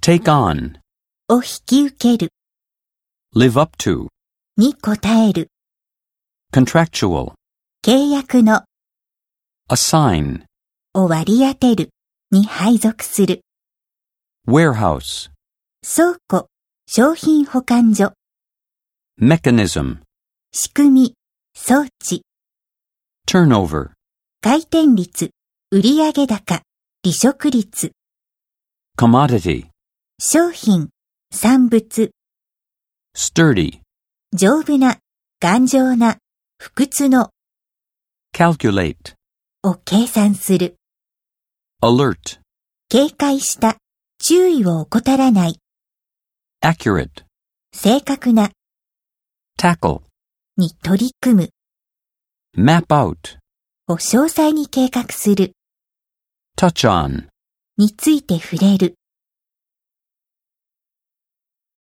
take on, を引き受ける live up to, に応える contractual, 契約の assign, を割り当てるに配属する warehouse, 倉庫、商品保管所、 mechanism, 仕組み、装置、 turnover, 回転率、売上高、離職率、 commodity, 商品、産物、 sturdy, 丈夫な、頑丈な、不屈の calculate, を計算する、 alert, 警戒した、注意を怠らない、 accurate, 正確な、 tackle, に取り組む、 map out, を詳細に計画する、 touch on. について触れる。